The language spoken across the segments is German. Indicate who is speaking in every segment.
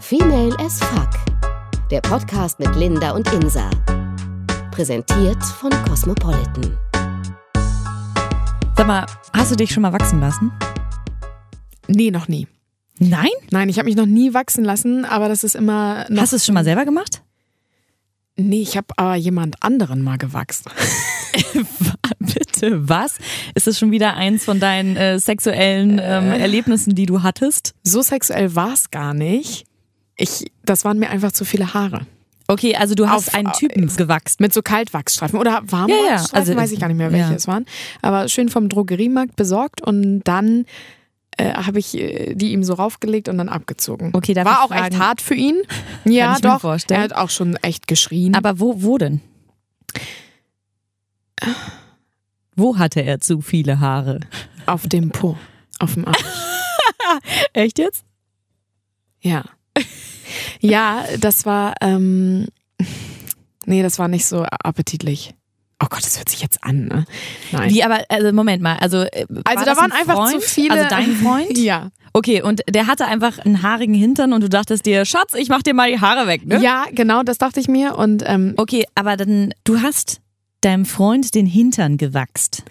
Speaker 1: Female as Fuck. Der Podcast mit Linda und Insa. Präsentiert von Cosmopolitan.
Speaker 2: Sag mal, hast du dich schon mal wachsen lassen?
Speaker 3: Nee, noch nie.
Speaker 2: Nein?
Speaker 3: Nein, ich habe mich noch nie wachsen lassen, aber das ist immer noch.
Speaker 2: Hast du es schon mal selber gemacht?
Speaker 3: Nee, ich habe aber jemand anderen mal gewachsen.
Speaker 2: Bitte, was? Ist das schon wieder eins von deinen äh, sexuellen ähm, Erlebnissen, die du hattest?
Speaker 3: So sexuell war es gar nicht. Ich, das waren mir einfach zu viele Haare.
Speaker 2: Okay, also du hast
Speaker 3: Auf-
Speaker 2: einen Typen gewachsen.
Speaker 3: Mit so Kaltwachsstreifen oder warmen
Speaker 2: Ja, ja,
Speaker 3: Wachsstreifen,
Speaker 2: also-
Speaker 3: weiß ich gar nicht mehr, welche
Speaker 2: ja.
Speaker 3: es waren. Aber schön vom Drogeriemarkt besorgt und dann äh, habe ich äh, die ihm so raufgelegt und dann abgezogen.
Speaker 2: Okay, darf ich
Speaker 3: War auch
Speaker 2: fragen-
Speaker 3: echt hart für ihn. Ja,
Speaker 2: ich mir
Speaker 3: doch.
Speaker 2: vorstellen.
Speaker 3: Er hat auch schon echt geschrien.
Speaker 2: Aber wo, wo denn? Wo hatte er zu viele Haare?
Speaker 3: auf dem Po. Auf dem Arsch.
Speaker 2: Echt jetzt?
Speaker 3: Ja. Ja, das war, ähm, nee, das war nicht so appetitlich. Oh Gott, das hört sich jetzt an, ne? Nein.
Speaker 2: Wie, aber, also Moment mal, also. äh, war
Speaker 3: also da
Speaker 2: das
Speaker 3: waren
Speaker 2: ein
Speaker 3: einfach zu
Speaker 2: Freund?
Speaker 3: viele.
Speaker 2: Also dein Freund?
Speaker 3: Ja.
Speaker 2: Okay, und der hatte einfach einen haarigen Hintern und du dachtest dir, Schatz, ich mach dir mal die Haare weg, ne? Oh.
Speaker 3: Ja, genau, das dachte ich mir. Und ähm,
Speaker 2: Okay, aber dann, du hast deinem Freund den Hintern gewachst.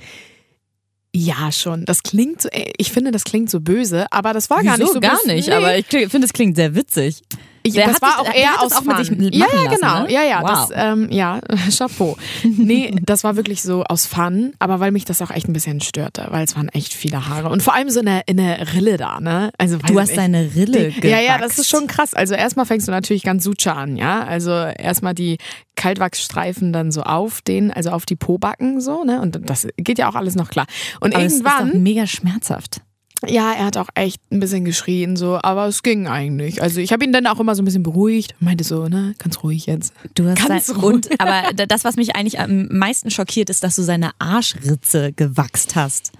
Speaker 3: ja, schon. Das klingt so, ey, ich finde, das klingt so böse, aber das war gar nicht so
Speaker 2: gar
Speaker 3: böse.
Speaker 2: nicht,
Speaker 3: Nee.
Speaker 2: aber ich kli- finde, es klingt sehr witzig.
Speaker 3: Ich,
Speaker 2: Der
Speaker 3: das
Speaker 2: hat
Speaker 3: war
Speaker 2: sich-
Speaker 3: auch
Speaker 2: der
Speaker 3: eher
Speaker 2: hat
Speaker 3: aus
Speaker 2: das auch mit
Speaker 3: Fun.
Speaker 2: sich machen
Speaker 3: Ja, ja,
Speaker 2: lassen,
Speaker 3: genau.
Speaker 2: ne?
Speaker 3: Ja, ja,
Speaker 2: Wow.
Speaker 3: das, ähm, ja, Chapeau. Nee, das war wirklich so aus Fun, aber weil mich das auch echt ein bisschen störte, weil es waren echt viele Haare und vor allem so eine, eine Rille da, ne? Also, weiß
Speaker 2: Du
Speaker 3: ich
Speaker 2: hast
Speaker 3: nicht.
Speaker 2: deine Rille gewachst.
Speaker 3: Ja, ja, das ist schon krass. Also erstmal fängst du natürlich ganz Sucha an, ja. Also erstmal die Kaltwachsstreifen dann so auf den, also auf die Pobacken so, ne? Und das geht ja auch alles noch klar. Und
Speaker 2: Aber es ist doch
Speaker 3: irgendwann,
Speaker 2: mega schmerzhaft.
Speaker 3: ja, er hat auch echt ein bisschen geschrien so, aber es ging eigentlich. Also ich habe ihn dann auch immer so ein bisschen beruhigt, meinte so, ne, ganz ruhig jetzt.
Speaker 2: Du hast
Speaker 3: Ganz
Speaker 2: sein,
Speaker 3: ruhig.
Speaker 2: und aber da- das, was mich eigentlich am meisten schockiert, ist, dass du seine Arschritze gewachst hast.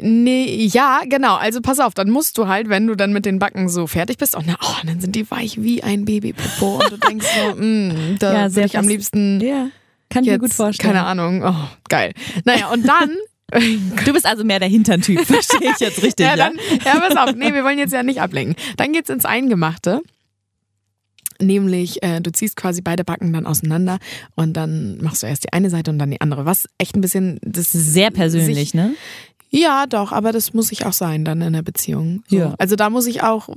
Speaker 3: Nee, ja, genau. Also pass auf, dann musst du halt, wenn du dann mit den Backen so fertig bist, und, na, oh, dann sind die weich wie ein Babypopo und du denkst so, mm, da
Speaker 2: Ja, sehr
Speaker 3: würde ich am
Speaker 2: fast-
Speaker 3: liebsten
Speaker 2: Ja, kann ich mir
Speaker 3: Jetzt,
Speaker 2: gut vorstellen.
Speaker 3: Keine Ahnung. Oh, geil. Naja, und dann.
Speaker 2: Du bist also mehr der Hinterntyp, verstehe ich jetzt richtig, ja?
Speaker 3: ja, dann. Ja, pass auf. Nee, wir wollen jetzt ja nicht ablenken. Dann geht's ins Eingemachte. Nämlich, äh, du ziehst quasi beide Backen dann auseinander und dann machst du erst die eine Seite und dann die andere. Was echt ein bisschen. Das
Speaker 2: Sehr persönlich,
Speaker 3: Sich,
Speaker 2: ne?
Speaker 3: ja, doch, aber das muss ich auch sein dann in der Beziehung. So.
Speaker 2: Ja.
Speaker 3: Also da muss ich auch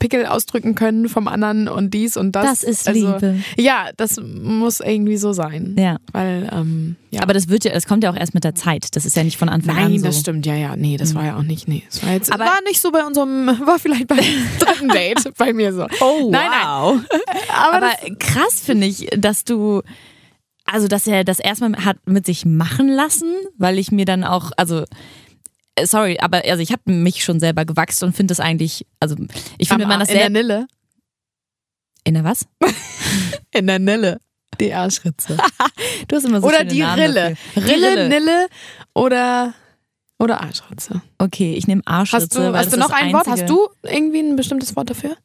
Speaker 3: Pickel ausdrücken können vom anderen und dies und das.
Speaker 2: Das ist
Speaker 3: also,
Speaker 2: Liebe.
Speaker 3: Ja, das muss irgendwie so sein.
Speaker 2: Ja.
Speaker 3: Weil, ähm, ja.
Speaker 2: Aber das wird ja, das kommt ja auch erst mit der Zeit. Das ist ja nicht von Anfang an
Speaker 3: Nein,
Speaker 2: so.
Speaker 3: das stimmt, ja, ja. Nee, das war ja auch nicht, nee. Das war, jetzt,
Speaker 2: Aber-
Speaker 3: war nicht so bei unserem, war vielleicht beim dritten Date bei mir so.
Speaker 2: Oh,
Speaker 3: Nein,
Speaker 2: wow.
Speaker 3: Aber,
Speaker 2: Aber krass finde ich, dass du, also dass er das erstmal hat mit sich machen lassen, weil ich mir dann auch, also äh, sorry, aber also ich habe mich schon selber gewachsen und finde das eigentlich, also ich
Speaker 3: das,
Speaker 2: finde, wenn man das
Speaker 3: in der
Speaker 2: selber
Speaker 3: Nille,
Speaker 2: in der was?
Speaker 3: in der Nille, die Arschritze. Also
Speaker 2: Du hast immer so
Speaker 3: oder
Speaker 2: schöne
Speaker 3: die
Speaker 2: Namen
Speaker 3: Rille.
Speaker 2: dafür. ne Die
Speaker 3: Rille, ne Nille oder, oder Arschritze.
Speaker 2: Okay, ich nehme Arschritze.
Speaker 3: Hast du,
Speaker 2: weil
Speaker 3: hast
Speaker 2: das
Speaker 3: du noch
Speaker 2: ist das
Speaker 3: ein Wort?
Speaker 2: einzige-
Speaker 3: Hast du irgendwie ein bestimmtes Wort dafür?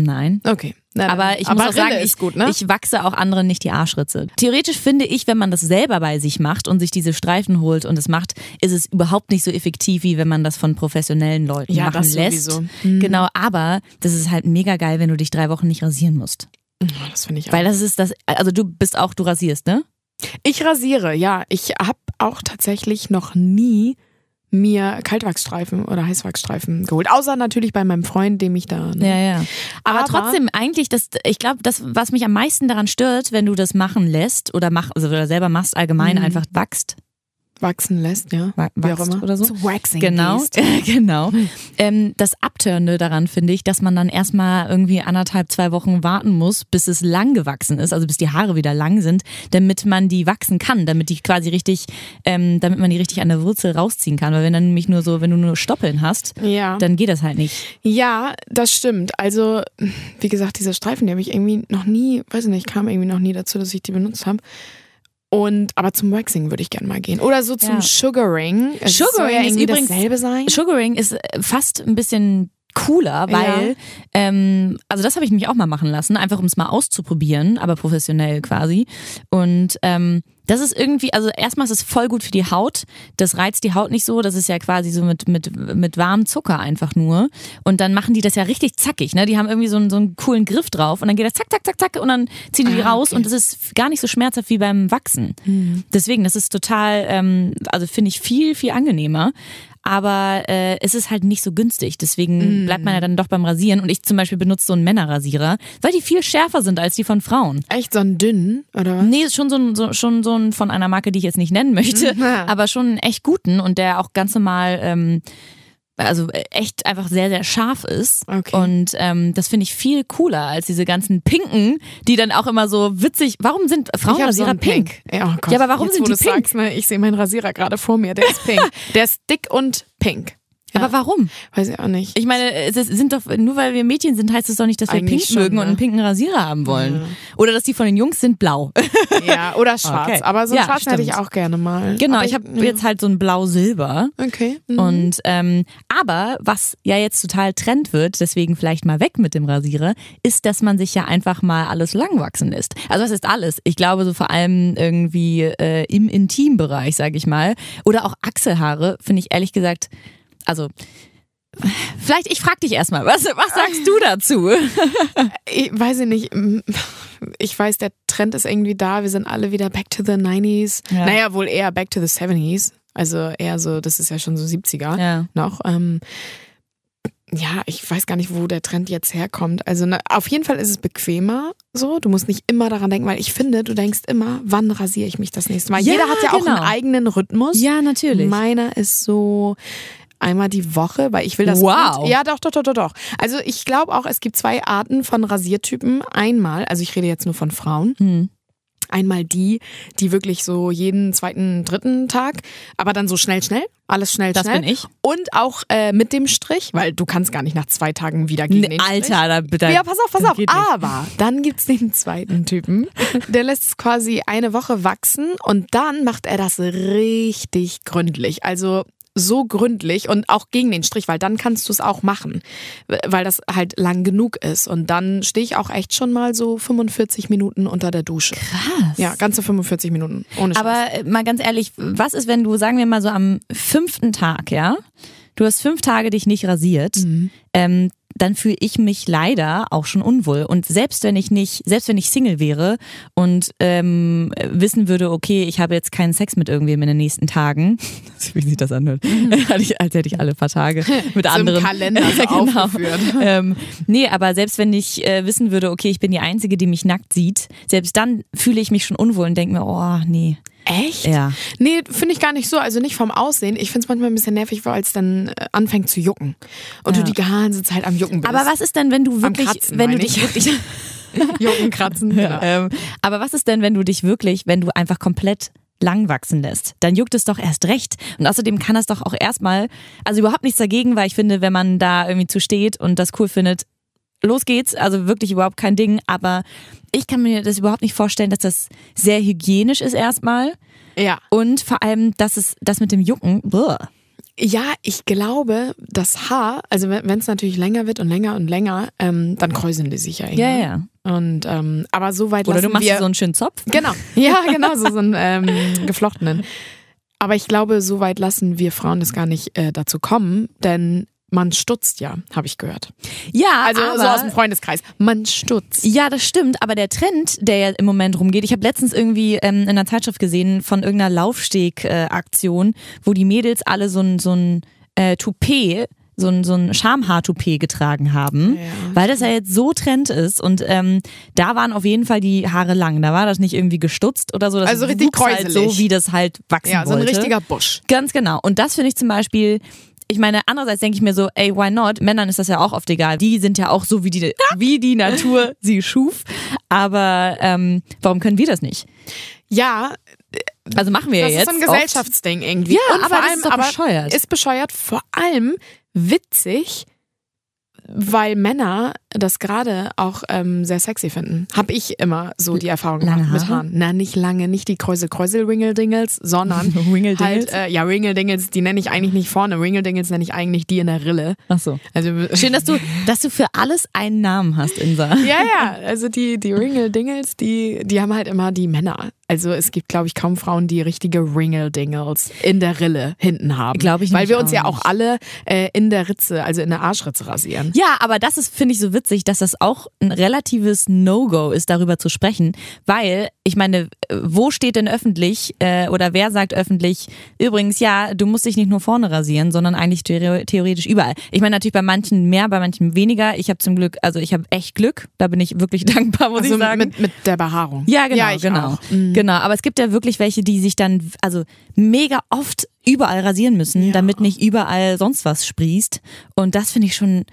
Speaker 2: Nein.
Speaker 3: Okay. Na, dann-
Speaker 2: Aber ich muss
Speaker 3: Ähm, aber
Speaker 2: auch sagen,
Speaker 3: Rille
Speaker 2: ich,
Speaker 3: ist gut, ne?
Speaker 2: ich wachse auch anderen nicht die Arschritze. Theoretisch finde ich, wenn man das selber bei sich macht und sich diese Streifen holt und es macht, ist es überhaupt nicht so effektiv, wie wenn man das von professionellen Leuten
Speaker 3: Ja,
Speaker 2: machen
Speaker 3: das
Speaker 2: lässt.
Speaker 3: sowieso. Mhm.
Speaker 2: Genau, aber das ist halt mega geil, wenn du dich drei Wochen nicht rasieren musst.
Speaker 3: Oh, das finde ich auch.
Speaker 2: Weil das ist das, also du bist auch, du rasierst, ne?
Speaker 3: Ich rasiere, ja. Ich habe auch tatsächlich noch nie mir Kaltwachsstreifen oder Heißwachsstreifen geholt. Außer natürlich bei meinem Freund, dem ich da. ne?
Speaker 2: ja. Mhm. Aber, trotzdem, eigentlich, das, ich glaube, das, was mich am meisten daran stört, wenn du das machen lässt oder, mach, also, oder selber machst, allgemein
Speaker 3: Mhm.
Speaker 2: einfach wachst,
Speaker 3: Wachsen lässt, ja.
Speaker 2: wa-
Speaker 3: Wie auch
Speaker 2: wachst
Speaker 3: immer.
Speaker 2: oder so.
Speaker 3: Zu Waxing.
Speaker 2: Genau,
Speaker 3: gehst.
Speaker 2: genau. Ähm, das Abtörende daran finde ich, dass man dann erstmal irgendwie anderthalb, zwei Wochen warten muss, bis es lang gewachsen ist, also bis die Haare wieder lang sind, damit man die wachsen kann, damit die quasi richtig, ähm, damit man die richtig an der Wurzel rausziehen kann. Weil wenn dann nämlich nur so, wenn du nur Stoppeln hast,
Speaker 3: Ja.
Speaker 2: dann geht das halt nicht.
Speaker 3: ja, das stimmt. Also, wie gesagt, diese Streifen, die habe ich irgendwie noch nie, weiß ich nicht, kam irgendwie noch nie dazu, dass ich die benutzt habe. Und aber zum Waxing würde ich gerne mal gehen. Oder so zum
Speaker 2: Ja.
Speaker 3: Sugaring. Es
Speaker 2: Sugaring
Speaker 3: soll ja
Speaker 2: ist
Speaker 3: irgendwie
Speaker 2: übrigens-
Speaker 3: dasselbe sein.
Speaker 2: Sugaring ist äh, fast ein bisschen cooler, weil,
Speaker 3: Ja.
Speaker 2: ähm, also das habe ich mich auch mal machen lassen, einfach um es mal auszuprobieren, aber professionell quasi. Und ähm, Das ist irgendwie, also erstmal ist es voll gut für die Haut. Das reizt die Haut nicht so. Das ist ja quasi so mit, mit, mit warmem Zucker einfach nur. Und dann machen die das ja richtig zackig, ne? Die haben irgendwie so einen, so einen coolen Griff drauf und dann geht das zack, zack, zack, zack und dann ziehen die die
Speaker 3: Ah,
Speaker 2: raus
Speaker 3: okay. Mhm.
Speaker 2: und das ist gar nicht so schmerzhaft wie beim Wachsen. Deswegen, das ist total, ähm, also finde ich viel, viel angenehmer. Aber äh, es ist halt nicht so günstig.
Speaker 3: Mm.
Speaker 2: Deswegen bleibt man ja dann doch beim Rasieren. Und ich zum Beispiel benutze so einen Männerrasierer, weil die viel schärfer sind als die von Frauen.
Speaker 3: Echt so ein dünn, oder was?
Speaker 2: Nee, ist schon so ein, so, schon so ein von einer Marke, die ich jetzt nicht nennen möchte,
Speaker 3: Ja.
Speaker 2: aber schon einen echt guten und der auch ganz normal, ähm, also echt einfach sehr, sehr scharf ist.
Speaker 3: Okay.
Speaker 2: Und ähm, das finde ich viel cooler als diese ganzen Pinken, die dann auch immer so witzig. Warum sind
Speaker 3: Ich hab so
Speaker 2: Frauenrasierer
Speaker 3: einen
Speaker 2: pink?
Speaker 3: Oh, Ja, oh Gott.
Speaker 2: Ja, aber warum
Speaker 3: Jetzt,
Speaker 2: sind
Speaker 3: wo
Speaker 2: die
Speaker 3: du's
Speaker 2: pink?
Speaker 3: Sagst, ne, ich sehe meinen Rasierer gerade vor mir, der ist pink. der ist dick und pink. Ja.
Speaker 2: Aber warum?
Speaker 3: Weiß ich auch nicht.
Speaker 2: Ich meine, es ist- sind doch, nur weil wir Mädchen sind, heißt es doch nicht, dass wir
Speaker 3: Eigentlich
Speaker 2: pink
Speaker 3: schon,
Speaker 2: mögen
Speaker 3: ne?
Speaker 2: und einen pinken Rasierer haben wollen. Oder dass die von den Jungs sind blau.
Speaker 3: Ja, oder schwarz.
Speaker 2: Okay.
Speaker 3: Aber so einen
Speaker 2: Ja,
Speaker 3: schwarzen hätte ich
Speaker 2: stimmt.
Speaker 3: auch gerne mal.
Speaker 2: genau,
Speaker 3: aber
Speaker 2: ich habe jetzt halt so ein blau-silber.
Speaker 3: Okay. Mhm.
Speaker 2: Und ähm, aber was ja jetzt total Trend wird, deswegen vielleicht mal weg mit dem Rasierer, ist, dass man sich ja einfach mal alles lang wachsen lässt. Also das ist alles. Ich glaube so vor allem irgendwie äh, im Intimbereich, sage ich mal, oder auch Achselhaare finde ich ehrlich gesagt, also vielleicht ich frage dich erstmal, was was sagst du dazu?
Speaker 3: Ich weiß ich nicht. mm, Ich weiß, der Trend ist irgendwie da. Wir sind alle wieder back to the 90s.
Speaker 2: Ja.
Speaker 3: Naja, wohl eher back to the 70s. Also eher so, das ist ja schon so 70er
Speaker 2: Ja.
Speaker 3: noch. Ähm, ja, ich weiß gar nicht, wo der Trend jetzt herkommt. Also na, auf jeden Fall ist es bequemer so. Du musst nicht immer daran denken, weil ich finde, du denkst immer, wann rasiere ich mich das nächste Mal?
Speaker 2: Ja,
Speaker 3: Jeder hat ja auch einen
Speaker 2: genau.
Speaker 3: eigenen Rhythmus.
Speaker 2: Ja, natürlich.
Speaker 3: Meiner ist so einmal die Woche, weil ich will das.
Speaker 2: Wow.
Speaker 3: Gut. Ja, doch, doch, doch, doch, doch. Also ich glaube auch, es gibt zwei Arten von Rasiertypen. Einmal, also ich rede jetzt nur von Frauen.
Speaker 2: Hm.
Speaker 3: Einmal die, die wirklich so jeden zweiten, dritten Tag, aber dann so schnell, schnell, alles schnell,
Speaker 2: Das
Speaker 3: schnell.
Speaker 2: bin ich.
Speaker 3: Und auch äh, mit dem Strich, weil du kannst gar nicht nach zwei Tagen wieder gegen
Speaker 2: Nee,
Speaker 3: den Strich.
Speaker 2: Alter, da bitte.
Speaker 3: Ja, pass auf, pass
Speaker 2: das
Speaker 3: auf.
Speaker 2: geht nicht.
Speaker 3: Aber dann gibt's den zweiten Typen. Der lässt es quasi eine Woche wachsen und dann macht er das richtig gründlich. Also so gründlich und auch gegen den Strich, weil dann kannst du es auch machen, weil das halt lang genug ist. Und dann stehe ich auch echt schon mal so 45 Minuten unter der Dusche.
Speaker 2: Krass.
Speaker 3: Ja, ganze 45 Minuten. Ohne Scheiß.
Speaker 2: Aber äh, mal ganz ehrlich, was ist, wenn du, sagen wir mal so am fünften Tag, ja, du hast fünf Tage dich nicht rasiert,
Speaker 3: Mhm.
Speaker 2: ähm, dann fühle ich mich leider auch schon unwohl. Und selbst wenn ich nicht, selbst wenn ich Single wäre und ähm, wissen würde, okay, ich habe jetzt keinen Sex mit irgendwem in den nächsten Tagen, wie sieht das anhört, Hatte ich- als hätte ich alle paar Tage mit
Speaker 3: Mhm. So im
Speaker 2: anderen
Speaker 3: Kalender so aufgeführt.
Speaker 2: ähm, nee, aber selbst wenn ich äh, wissen würde, okay, ich bin die Einzige, die mich nackt sieht, selbst dann fühle ich mich schon unwohl und denke mir, oh nee,
Speaker 3: echt?
Speaker 2: ja.
Speaker 3: Nee, finde ich gar nicht so. Also nicht vom Aussehen. Ich finde es manchmal ein bisschen nervig, weil es dann äh, anfängt zu jucken. Und
Speaker 2: Ja.
Speaker 3: du die ganze Zeit am Jucken bist.
Speaker 2: Aber was ist denn, wenn du wirklich,
Speaker 3: Kratzen,
Speaker 2: wenn du
Speaker 3: meine
Speaker 2: dich
Speaker 3: ich.
Speaker 2: wirklich,
Speaker 3: Jucken, kratzen. Äh,
Speaker 2: ja. ähm, aber was ist denn, wenn du dich wirklich, wenn du einfach komplett lang wachsen lässt, dann juckt es doch erst recht. Und außerdem kann das doch auch erstmal, also überhaupt nichts dagegen, weil ich finde, wenn man da irgendwie zu steht und das cool findet, los geht's, also wirklich überhaupt kein Ding, aber ich kann mir das überhaupt nicht vorstellen, dass das sehr hygienisch ist erstmal
Speaker 3: Ja.
Speaker 2: und vor allem, dass es, das mit dem Jucken, brr.
Speaker 3: ja, ich glaube, das Haar, also wenn es natürlich länger wird und länger und länger, ähm, dann kräuseln die sich ja irgendwie.
Speaker 2: ja, ja.
Speaker 3: Und, ähm, aber so weit
Speaker 2: Oder
Speaker 3: lassen
Speaker 2: du machst
Speaker 3: wir,
Speaker 2: dir so einen schönen Zopf.
Speaker 3: Genau, ja, genau, so, so einen ähm, geflochtenen. Aber ich glaube, so weit lassen wir Frauen das gar nicht äh, dazu kommen, denn man stutzt ja, habe ich gehört.
Speaker 2: Ja,
Speaker 3: Also
Speaker 2: aber,
Speaker 3: so aus dem Freundeskreis. Man stutzt.
Speaker 2: Ja, das stimmt, aber der Trend, der ja im Moment rumgeht, ich habe letztens irgendwie ähm, in einer Zeitschrift gesehen von irgendeiner Laufsteg-Aktion, wo die Mädels alle so ein, so ein äh, Toupet, so ein, so ein Schamhaar-Toupet getragen haben,
Speaker 3: Ja.
Speaker 2: weil das ja jetzt so Trend ist und ähm, da waren auf jeden Fall die Haare lang, da war das nicht irgendwie gestutzt oder so, das
Speaker 3: Also richtig
Speaker 2: wuchs halt so,
Speaker 3: kräuselig.
Speaker 2: wie das halt wachsen
Speaker 3: Ja, so ein
Speaker 2: wollte.
Speaker 3: richtiger Busch.
Speaker 2: Ganz genau. Und das finde ich zum Beispiel. Ich meine, andererseits denke ich mir so, ey, why not? Männern ist das ja auch oft egal. Die sind ja auch so, wie die, wie die Natur sie schuf. Aber ähm, warum können wir das nicht?
Speaker 3: Ja,
Speaker 2: Also machen wir
Speaker 3: das
Speaker 2: ja
Speaker 3: ist
Speaker 2: jetzt.
Speaker 3: so ein
Speaker 2: oft.
Speaker 3: Gesellschastsding irgendwie.
Speaker 2: Ja,
Speaker 3: Und
Speaker 2: aber
Speaker 3: vor
Speaker 2: das ist
Speaker 3: allem,
Speaker 2: doch
Speaker 3: aber
Speaker 2: bescheuert.
Speaker 3: Ist bescheuert, vor allem witzig, weil Männer das gerade auch ähm, sehr sexy finden. Habe ich immer so die Erfahrung
Speaker 2: Lange
Speaker 3: gemacht mit
Speaker 2: Haare?
Speaker 3: Haaren. Na, nicht lange, nicht die Kräusel Kräusel Ringeldingels, sondern
Speaker 2: Ringeldingels?
Speaker 3: halt, äh, ja, Ringeldingels, die nenne ich eigentlich nicht vorne. Ringeldingels nenne ich eigentlich die in der Rille.
Speaker 2: Ach so.
Speaker 3: Also
Speaker 2: Schön, dass du, dass du für alles einen Namen hast, Insa.
Speaker 3: Ja, ja, also die, die Ringeldingels, die, die haben halt immer die Männer. Also es gibt, glaube ich, kaum Frauen, die richtige Ringeldingels in der Rille hinten haben.
Speaker 2: Glaub ich
Speaker 3: Weil
Speaker 2: nämlich
Speaker 3: wir uns ja
Speaker 2: auch
Speaker 3: auch alle äh, in der Ritze, also in der Arschritze rasieren.
Speaker 2: Ja, aber das ist, finde ich, so witzig, dass das auch ein relatives No-Go ist, darüber zu sprechen. Weil, ich meine, äh, wo steht denn öffentlich äh, oder wer sagt öffentlich, übrigens, ja, du musst dich nicht nur vorne rasieren, sondern eigentlich theore- theoretisch überall. Ich meine natürlich bei manchen mehr, bei manchen weniger. Ich habe zum Glück, also ich habe echt Glück, da bin ich wirklich dankbar, muss
Speaker 3: Also
Speaker 2: ich sagen.
Speaker 3: mit, mit der Behaarung.
Speaker 2: Ja, genau,
Speaker 3: ich
Speaker 2: genau.
Speaker 3: auch. Mhm.
Speaker 2: Genau, aber es gibt ja wirklich welche, die sich dann also mega oft überall rasieren müssen, damit nicht überall sonst was sprießt und das finde ich schon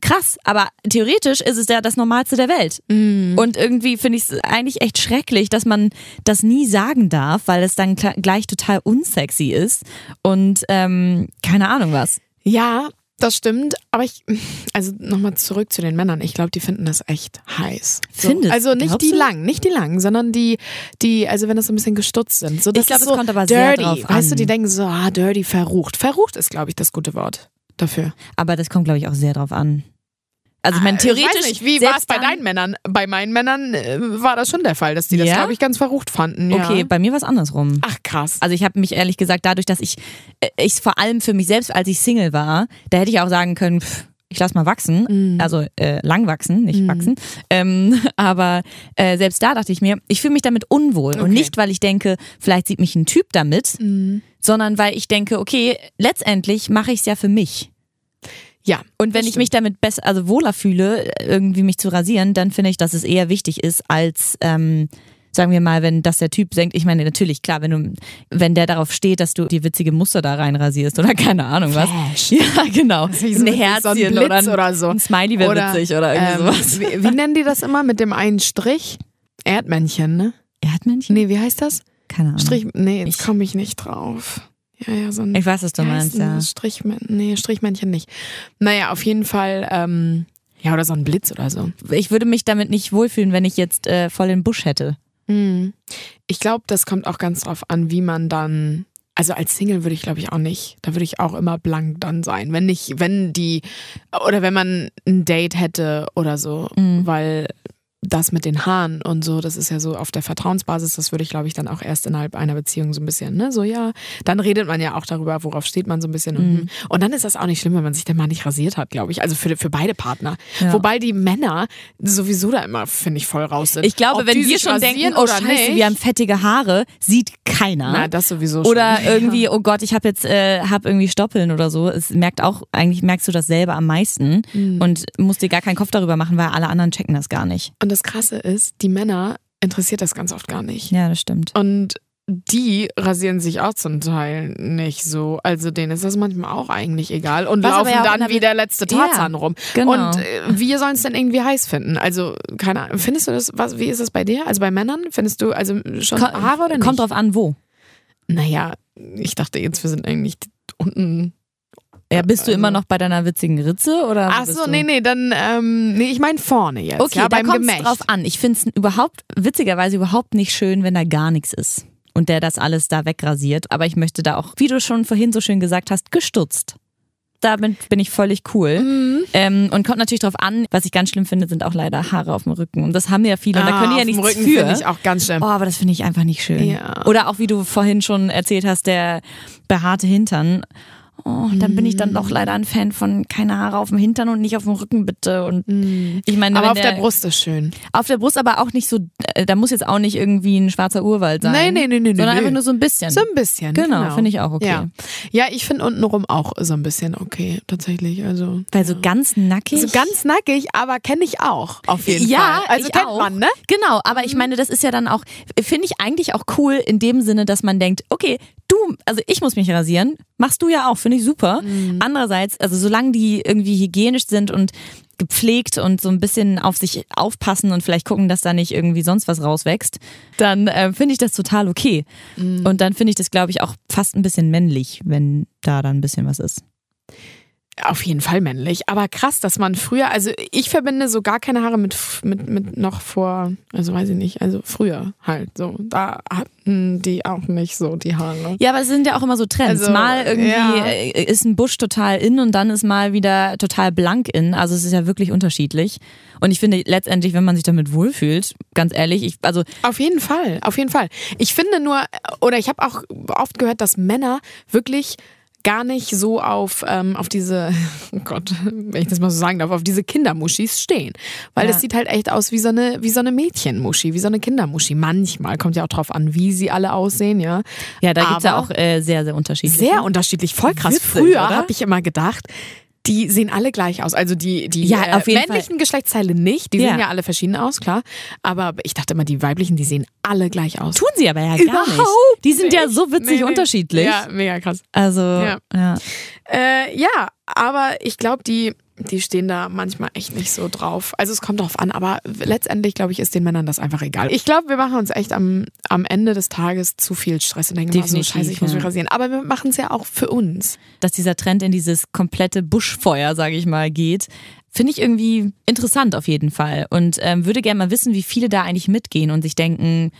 Speaker 2: krass, aber theoretisch ist es ja das normalste der Welt.
Speaker 3: Mhm.
Speaker 2: Und irgendwie finde ich es eigentlich echt schrecklich, dass man das nie sagen darf, weil es dann kla- gleich total unsexy ist und ähm, keine Ahnung was.
Speaker 3: Ja, das stimmt. Aber ich, also nochmal zurück zu den Männern. Ich glaube, die finden das echt heiß.
Speaker 2: Findest-
Speaker 3: Also nicht
Speaker 2: glaubst
Speaker 3: die
Speaker 2: du?
Speaker 3: lang, nicht die lang, sondern die, die, also wenn das so ein bisschen gestutzt sind. So, das
Speaker 2: Ich glaube,
Speaker 3: ist
Speaker 2: es
Speaker 3: so
Speaker 2: kommt aber
Speaker 3: dirty.
Speaker 2: sehr drauf
Speaker 3: Weißt du,
Speaker 2: an.
Speaker 3: die denken so, ah, dirty, verrucht. Verrucht ist, glaube ich, das gute Wort dafür.
Speaker 2: Aber das kommt glaube ich auch sehr drauf an. Also ich meine theoretisch
Speaker 3: Ah, ich weiß nicht, wie war es bei deinen Männern? Bei meinen Männern äh, war das schon der Fall, dass die das,
Speaker 2: Ja?
Speaker 3: glaube ich, ganz verrucht fanden. Ja.
Speaker 2: Okay, bei mir war es andersrum.
Speaker 3: Ach krass.
Speaker 2: Also ich habe mich ehrlich gesagt dadurch, dass ich äh, ich vor allem für mich selbst, als ich Single war, da hätte ich auch sagen können, pff, ich lass mal wachsen, also äh, lang wachsen, nicht wachsen. Ähm, aber äh, selbst da dachte ich mir, ich fühle mich damit unwohl und
Speaker 3: Okay.
Speaker 2: nicht, weil ich denke, vielleicht sieht mich ein Typ damit, sondern weil ich denke, okay, letztendlich mache ich es ja für mich.
Speaker 3: Ja.
Speaker 2: Und wenn
Speaker 3: das
Speaker 2: ich mich damit besser, also wohler fühle, irgendwie mich zu rasieren, dann finde ich, dass es eher wichtig ist, als ähm, sagen wir mal, wenn das der Typ denkt, ich meine, natürlich, klar, wenn du, wenn der darauf steht, dass du die witzige Muster da rein rasierst oder keine Ahnung was.
Speaker 3: Flash.
Speaker 2: Ja, genau.
Speaker 3: Wie so
Speaker 2: ein
Speaker 3: ein- so ein
Speaker 2: Herzchen
Speaker 3: Blitz
Speaker 2: oder, ein,
Speaker 3: oder so.
Speaker 2: ein Smiley wäre
Speaker 3: Oder,
Speaker 2: witzig oder irgendwie
Speaker 3: ähm,
Speaker 2: sowas.
Speaker 3: Wie, wie nennen die das immer mit dem einen Strich? Erdmännchen, ne?
Speaker 2: Erdmännchen?
Speaker 3: Nee, wie heißt das?
Speaker 2: Keine Ahnung.
Speaker 3: Strich, nee, jetzt
Speaker 2: Ich-
Speaker 3: komme ich nicht drauf. Ja, ja, so ein
Speaker 2: Ich weiß, was du
Speaker 3: wie heißt
Speaker 2: meinst,
Speaker 3: denn
Speaker 2: ja.
Speaker 3: das? Strichmän nee, Strichmännchen nicht. Naja, auf jeden Fall, ähm, ja, oder so ein Blitz oder so.
Speaker 2: Ich würde mich damit nicht wohlfühlen, wenn ich jetzt äh, voll den Busch hätte. Hm.
Speaker 3: Mhm. Ich glaube, das kommt auch ganz drauf an, wie man dann, also als Single würde ich glaube ich auch nicht, da würde ich auch immer blank dann sein, wenn nicht, wenn die, oder wenn man ein Date hätte oder so,
Speaker 2: Mhm.
Speaker 3: weil das mit den Haaren und so, das ist ja so auf der Vertrauensbasis, das würde ich glaube ich dann auch erst innerhalb einer Beziehung so ein bisschen, ne, so ja, dann redet man ja auch darüber, worauf steht man so ein bisschen
Speaker 2: Mhm.
Speaker 3: und, und dann ist das auch nicht schlimm, wenn man sich dann mal nicht rasiert hat, glaube ich, also für, für beide Partner,
Speaker 2: Ja.
Speaker 3: wobei die Männer sowieso da immer, finde ich, voll raus sind.
Speaker 2: Ich glaube,
Speaker 3: Ob
Speaker 2: wenn
Speaker 3: die
Speaker 2: wir
Speaker 3: sich
Speaker 2: schon
Speaker 3: rasieren
Speaker 2: denken, oh
Speaker 3: oder
Speaker 2: scheiße,
Speaker 3: nicht,
Speaker 2: wir haben fettige Haare, sieht keiner.
Speaker 3: Na, das sowieso schon.
Speaker 2: Oder irgendwie, oh Gott, ich habe jetzt äh, hab irgendwie Stoppeln oder so. Es merkt auch, eigentlich merkst du das selber am meisten und musst dir gar keinen Kopf darüber machen, weil alle anderen checken das gar nicht.
Speaker 3: Und das Krasse ist, die Männer interessiert das ganz oft gar nicht.
Speaker 2: Ja, das stimmt.
Speaker 3: Und die rasieren sich auch zum Teil nicht so. Also denen ist das manchmal auch eigentlich egal und
Speaker 2: Was aber
Speaker 3: laufen
Speaker 2: ja auch in
Speaker 3: dann
Speaker 2: der
Speaker 3: wie der letzte
Speaker 2: Ja,
Speaker 3: Tarzan rum.
Speaker 2: genau.
Speaker 3: Und äh, wir sollen es dann irgendwie heiß finden. Also, keine Ahnung. Findest du das, was, wie ist das bei dir? Also bei Männern findest du also schon
Speaker 2: Ko-
Speaker 3: Haare oder nicht?
Speaker 2: Kommt drauf an, wo.
Speaker 3: Naja, ich dachte jetzt, wir sind eigentlich unten.
Speaker 2: Ja, bist du
Speaker 3: Also-
Speaker 2: immer noch bei deiner witzigen Ritze oder? wo
Speaker 3: Ach
Speaker 2: bist
Speaker 3: so,
Speaker 2: du?
Speaker 3: nee, nee, dann, ähm, nee, ich meine vorne jetzt.
Speaker 2: Okay,
Speaker 3: ja,
Speaker 2: da
Speaker 3: beim
Speaker 2: kommt
Speaker 3: Gemächt.
Speaker 2: drauf an. Ich finde es überhaupt, witzigerweise überhaupt nicht schön, wenn da gar nichts ist und der das alles da wegrasiert. Aber ich möchte da auch, wie du schon vorhin so schön gesagt hast, gestutzt. Damit bin ich völlig cool.
Speaker 3: Mhm.
Speaker 2: Ähm, und kommt natürlich drauf an, was ich ganz schlimm finde, sind auch leider Haare auf dem Rücken. Und das haben ja viele. und da
Speaker 3: Ah,
Speaker 2: können die ja
Speaker 3: auf dem
Speaker 2: nichts
Speaker 3: Rücken
Speaker 2: für.
Speaker 3: finde ich auch ganz schlimm.
Speaker 2: Oh, aber das finde ich einfach nicht schön.
Speaker 3: Ja.
Speaker 2: Oder auch wie du vorhin schon erzählt hast, der behaarte Hintern. Oh, und dann bin ich
Speaker 3: Mhm.
Speaker 2: dann doch leider ein Fan von keine Haare auf dem Hintern und nicht auf dem Rücken bitte. Und ich meine, wenn
Speaker 3: Mhm. Aber auf der Brust ist schön.
Speaker 2: auf der Brust aber auch nicht so, äh, da muss jetzt auch nicht irgendwie ein schwarzer Urwald sein.
Speaker 3: Nein, nein, nein, nein,
Speaker 2: Sondern
Speaker 3: nein.
Speaker 2: einfach nur so ein bisschen.
Speaker 3: So ein bisschen.
Speaker 2: Genau,
Speaker 3: Genau,
Speaker 2: finde ich auch okay.
Speaker 3: Ja, ja ich finde untenrum auch so ein bisschen okay, tatsächlich. Also,
Speaker 2: Weil so ganz nackig.
Speaker 3: so ganz nackig, aber kenne ich auch. Auf jeden
Speaker 2: ja,
Speaker 3: Fall. Also
Speaker 2: ich
Speaker 3: kennt
Speaker 2: auch.
Speaker 3: man, ne?
Speaker 2: Genau, aber ich meine, das ist ja dann auch, finde ich eigentlich auch cool in dem Sinne, dass man denkt, okay, du, also ich muss mich rasieren, machst du ja auch, finde ich super.
Speaker 3: Mhm.
Speaker 2: Andererseits, also solange die irgendwie hygienisch sind und gepflegt und so ein bisschen auf sich aufpassen und vielleicht gucken, dass da nicht irgendwie sonst was rauswächst, dann äh, finde ich das total okay.
Speaker 3: Mhm.
Speaker 2: Und dann finde ich das, glaube ich, auch fast ein bisschen männlich, wenn da dann ein bisschen was ist.
Speaker 3: auf jeden Fall männlich. Aber krass, dass man früher, also ich verbinde so gar keine Haare mit, mit, mit noch vor, also weiß ich nicht, also früher halt so. Da hatten die auch nicht so die Haare.
Speaker 2: Ja, aber es sind ja auch immer so Trends.
Speaker 3: Also,
Speaker 2: mal irgendwie
Speaker 3: ja.
Speaker 2: äh, ist ein Busch total in und dann ist mal wieder total blank in. Also es ist ja wirklich unterschiedlich. Und ich finde letztendlich, wenn man sich damit wohlfühlt, ganz ehrlich, ich, also
Speaker 3: Auf jeden Fall, auf jeden Fall. Ich finde nur, oder ich habe auch oft gehört, dass Männer wirklich gar nicht so auf, ähm, auf diese, oh Gott, wenn ich das mal so sagen darf, auf diese Kindermuschis stehen. Weil
Speaker 2: Ja.
Speaker 3: das sieht halt echt aus wie so eine, wie so eine Mädchenmuschi, wie so eine Kindermuschi. Manchmal kommt ja auch drauf an, wie sie alle aussehen, ja.
Speaker 2: ja, da gibt's ja
Speaker 3: Aber-
Speaker 2: auch äh, sehr, sehr unterschiedliche.
Speaker 3: Sehr unterschiedlich, voll krass.
Speaker 2: Witzig,
Speaker 3: Früher
Speaker 2: oder?
Speaker 3: habe ich immer gedacht, die sehen alle gleich aus. Also die, die
Speaker 2: Ja,
Speaker 3: äh,
Speaker 2: auf jeden
Speaker 3: männlichen Geschlechtsteile nicht, die
Speaker 2: Ja.
Speaker 3: sehen ja alle verschieden aus, klar. Aber ich dachte immer, die weiblichen, die sehen alle gleich aus.
Speaker 2: Tun sie aber ja gar nicht.
Speaker 3: Überhaupt
Speaker 2: Die sind ja so
Speaker 3: nicht.
Speaker 2: witzig
Speaker 3: Nee, nee.
Speaker 2: unterschiedlich.
Speaker 3: Ja, mega krass.
Speaker 2: Also,
Speaker 3: Ja.
Speaker 2: ja.
Speaker 3: Äh, ja, aber ich glaube, die, die stehen da manchmal echt nicht so drauf. Also es kommt drauf an, aber letztendlich, glaube ich, ist den Männern das einfach egal. Ich glaube, wir machen uns echt am, am Ende des Tages zu viel Stress und denken immer so,
Speaker 2: Definitiv,
Speaker 3: scheiße, ich muss mich
Speaker 2: ja.
Speaker 3: rasieren. Aber wir machen es ja auch für uns.
Speaker 2: dass dieser Trend in dieses komplette Buschfeuer, sage ich mal, geht. Finde ich irgendwie interessant auf jeden Fall und ähm, würde gerne mal wissen, wie viele da eigentlich mitgehen und sich denken,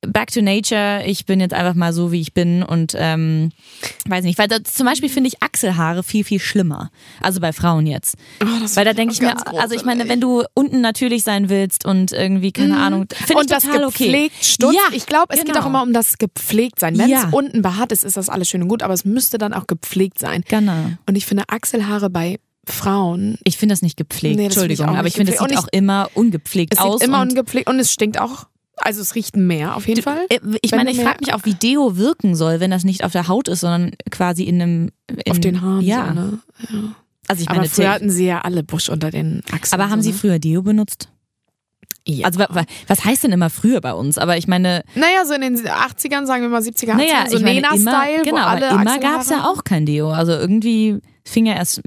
Speaker 2: back to nature, ich bin jetzt einfach mal so, wie ich bin und ähm, weiß nicht, weil das, zum Beispiel finde ich Achselhaare viel, viel schlimmer, also bei Frauen jetzt.
Speaker 3: Oh,
Speaker 2: Weil da denke ich mir,
Speaker 3: ganz
Speaker 2: also ich meine, wenn du unten natürlich sein willst und irgendwie, keine Ahnung, finde ich
Speaker 3: Mhm. und das
Speaker 2: total okay.
Speaker 3: gepflegt Stutz.
Speaker 2: Ja,
Speaker 3: ich glaube, es geht
Speaker 2: genau.
Speaker 3: auch immer um das gepflegt sein. Wenn es
Speaker 2: Ja.
Speaker 3: unten behaart ist, ist das alles schön und gut, aber es müsste dann auch gepflegt sein.
Speaker 2: Genau.
Speaker 3: Und ich finde Achselhaare bei Frauen
Speaker 2: Ich finde das nicht gepflegt,
Speaker 3: Nee, das finde ich
Speaker 2: Entschuldigung,
Speaker 3: auch
Speaker 2: aber
Speaker 3: nicht
Speaker 2: ich finde, es
Speaker 3: gepflegt.
Speaker 2: sieht
Speaker 3: Und
Speaker 2: auch immer ungepflegt
Speaker 3: Es
Speaker 2: aus.
Speaker 3: sieht immer
Speaker 2: und
Speaker 3: ungepflegt und es stinkt auch. Also es riecht mehr auf jeden Fall.
Speaker 2: Äh, Ich
Speaker 3: Wenn
Speaker 2: meine, ich
Speaker 3: du mir-
Speaker 2: frage mich auch, wie Deo wirken soll, wenn das nicht auf der Haut ist, sondern quasi in einem. In,
Speaker 3: auf den Haaren.
Speaker 2: Ja.
Speaker 3: So, ne? ja.
Speaker 2: Also ich
Speaker 3: Aber
Speaker 2: meine,
Speaker 3: früher
Speaker 2: aber,
Speaker 3: hatten sie ja alle Busch unter den Achseln.
Speaker 2: aber haben
Speaker 3: so,
Speaker 2: Sie
Speaker 3: ne?
Speaker 2: früher Deo benutzt?
Speaker 3: Ja.
Speaker 2: Also wa- wa- was heißt denn immer früher bei uns? Aber ich meine,
Speaker 3: Naja, so in den 80ern, sagen wir mal 70er, 80er,
Speaker 2: naja,
Speaker 3: so
Speaker 2: ich meine,
Speaker 3: Nena-Style.
Speaker 2: immer,
Speaker 3: wo
Speaker 2: genau, aber
Speaker 3: alle
Speaker 2: immer gab es ja
Speaker 3: Achselhaare-
Speaker 2: auch kein Deo. Also irgendwie fing ja erst,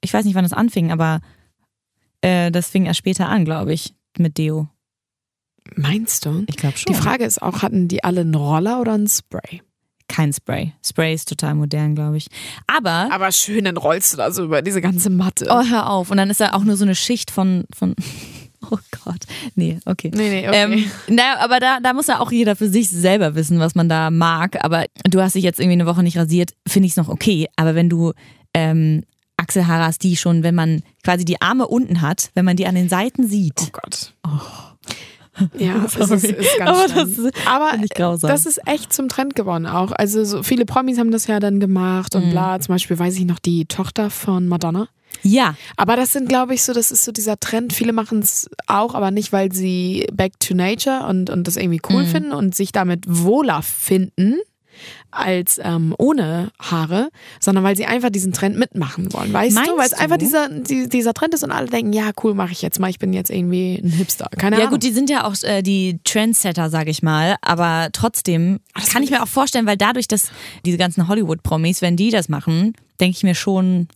Speaker 2: ich weiß nicht, wann das anfing, aber äh, das fing erst später an, glaube ich, mit Deo.
Speaker 3: Meinst du?
Speaker 2: Ich glaube schon.
Speaker 3: Die Frage ist auch, hatten die alle einen Roller oder einen Spray?
Speaker 2: Kein Spray. Spray ist total modern, glaube ich. Aber
Speaker 3: Aber schön, dann rollst du da so über diese ganze Matte.
Speaker 2: Oh, hör auf. Und dann ist da auch nur so eine Schicht von. von oh Gott. Nee, okay.
Speaker 3: Nee, nee, okay.
Speaker 2: Ähm, naja, aber da, da muss ja auch jeder für sich selber wissen, was man da mag. Aber du hast dich jetzt irgendwie eine Woche nicht rasiert, finde ich es noch okay. Aber wenn du ähm, Achselhaare hast, die schon, wenn man quasi die Arme unten hat, wenn man die an den Seiten
Speaker 3: Oh
Speaker 2: sieht.
Speaker 3: Gott. Ja, es ist, es ist ganz
Speaker 2: Oh. Aber
Speaker 3: schlimm.
Speaker 2: das ist-
Speaker 3: Aber
Speaker 2: finde ich grausam.
Speaker 3: das ist echt zum Trend geworden auch. Also so viele Promis haben das ja dann gemacht
Speaker 2: Mhm.
Speaker 3: und bla. Zum Beispiel weiß ich noch die Tochter von Madonna.
Speaker 2: Oh. Ja,
Speaker 3: Aber das sind, glaube ich, so, das ist so dieser Trend. Viele machen es auch, aber nicht, weil sie Back to Nature und, und das irgendwie
Speaker 2: Mhm.
Speaker 3: cool finden und sich damit wohler finden als ähm, ohne Haare, sondern weil sie einfach diesen Trend mitmachen wollen, weißt du?
Speaker 2: Meinst
Speaker 3: Weil es einfach
Speaker 2: du?
Speaker 3: dieser, die, dieser Trend ist und alle denken, ja, cool, mache ich jetzt mal, ich bin jetzt irgendwie ein Hipster. Keine
Speaker 2: ja
Speaker 3: Ahnung.
Speaker 2: gut, die sind ja auch äh, die Trendsetter, sage ich mal. Aber trotzdem
Speaker 3: das
Speaker 2: kann ich mir auch vorstellen, weil dadurch, dass diese ganzen Hollywood-Promis, wenn die das machen, denke ich mir schon,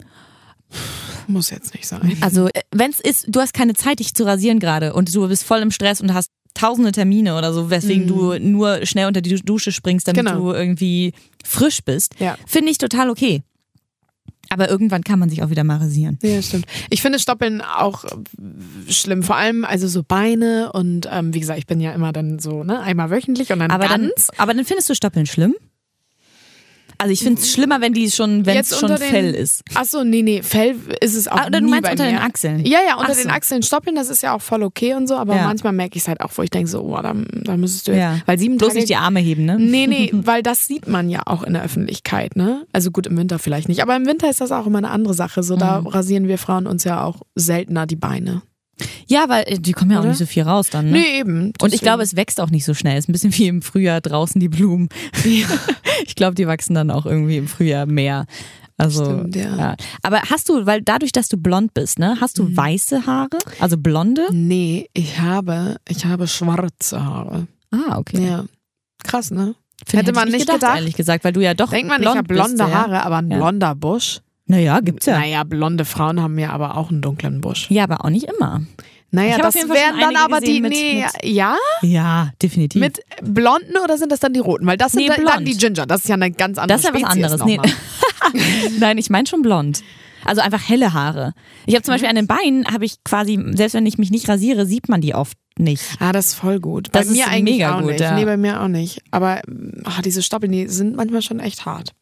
Speaker 3: Muss jetzt nicht sein.
Speaker 2: Also, äh, wenn's ist, du hast keine Zeit, dich zu rasieren gerade und du bist voll im Stress und hast tausende Termine oder so, weswegen du nur schnell unter die Dusche springst, damit
Speaker 3: Mhm. Genau.
Speaker 2: du irgendwie frisch bist,
Speaker 3: Ja.
Speaker 2: finde ich total okay. Aber irgendwann kann man sich auch wieder mal rasieren.
Speaker 3: Ja, stimmt. Ich finde Stoppeln auch äh, schlimm. Vor allem also so Beine und ähm, wie gesagt, ich bin ja immer dann so, ne, einmal wöchentlich und dann
Speaker 2: Aber dann,
Speaker 3: ganz.
Speaker 2: aber dann findest du Stoppeln schlimm? Also ich finde es schlimmer, wenn die schon, wenn es
Speaker 3: Jetzt
Speaker 2: schon
Speaker 3: unter den-
Speaker 2: Fell ist.
Speaker 3: Achso, nee, nee, Fell ist es auch
Speaker 2: Ah, oder du
Speaker 3: nie
Speaker 2: meinst
Speaker 3: bei
Speaker 2: unter
Speaker 3: mir.
Speaker 2: den Achseln?
Speaker 3: Ja, ja, unter
Speaker 2: Ach so.
Speaker 3: den Achseln stoppeln, das ist ja auch voll okay und so, aber
Speaker 2: Ja.
Speaker 3: manchmal merke ich es halt auch, wo ich denke so, oh, da, da müsstest du jetzt,
Speaker 2: Ja.
Speaker 3: weil sieben
Speaker 2: Bloß
Speaker 3: Tage...
Speaker 2: nicht die Arme heben, ne?
Speaker 3: Nee, nee, weil das sieht man ja auch in der Öffentlichkeit, ne? Also gut, im Winter vielleicht nicht, aber im Winter ist das auch immer eine andere Sache, so da
Speaker 2: Mhm.
Speaker 3: rasieren wir Frauen uns ja auch seltener die Beine.
Speaker 2: Ja, weil äh, die kommen ja auch
Speaker 3: Oder?
Speaker 2: nicht so viel raus dann, ne?
Speaker 3: Nee, eben.
Speaker 2: Und ich
Speaker 3: deswegen.
Speaker 2: glaube, es wächst auch nicht so schnell. Ist ein bisschen wie im Frühjahr draußen die Blumen. Ich glaube, die wachsen dann auch irgendwie im Frühjahr mehr. Also,
Speaker 3: Stimmt, ja. Mhm.
Speaker 2: Aber hast du, weil dadurch, dass du blond bist, ne, hast du weiße Haare? Also blonde?
Speaker 3: Nee, ich habe, ich habe schwarze Haare.
Speaker 2: Ah, okay.
Speaker 3: Ja. Krass, ne?
Speaker 2: Find-
Speaker 3: Hätte
Speaker 2: ich
Speaker 3: man
Speaker 2: nicht
Speaker 3: nicht
Speaker 2: gedacht,
Speaker 3: gedacht.
Speaker 2: ehrlich gesagt, weil du ja doch
Speaker 3: Denkt man, ich
Speaker 2: blond
Speaker 3: habe blonde
Speaker 2: bist,
Speaker 3: Haare, aber ein
Speaker 2: Ja.
Speaker 3: blonder Busch.
Speaker 2: Ja. Naja, gibt's ja.
Speaker 3: Naja, blonde Frauen haben ja aber auch einen dunklen Busch.
Speaker 2: Ja, aber auch nicht immer. Ich
Speaker 3: Naja,
Speaker 2: habe auf
Speaker 3: das
Speaker 2: jeden Fall schon
Speaker 3: wären dann
Speaker 2: einige
Speaker 3: aber die,
Speaker 2: gesehen mit-
Speaker 3: nee,
Speaker 2: mit-
Speaker 3: ja,
Speaker 2: Ja, definitiv.
Speaker 3: mit blonden oder sind das dann die roten? Weil das sind
Speaker 2: Nee,
Speaker 3: dann- dann
Speaker 2: blond.
Speaker 3: die Ginger, das ist ja eine ganz andere
Speaker 2: Das ist ja was
Speaker 3: Spezies
Speaker 2: anderes.
Speaker 3: nochmal.
Speaker 2: Nein, ich meine schon blond. Also einfach helle Haare. Ich habe zum Beispiel an den Beinen, habe ich quasi, selbst wenn ich mich nicht rasiere, sieht man die oft nicht.
Speaker 3: Ah, das ist voll gut.
Speaker 2: Das
Speaker 3: bei mir
Speaker 2: ist
Speaker 3: eigentlich
Speaker 2: mega
Speaker 3: auch
Speaker 2: gut,
Speaker 3: nicht.
Speaker 2: ja.
Speaker 3: Nee, bei mir auch nicht. Aber ah, diese Stoppeln, die sind manchmal schon echt hart.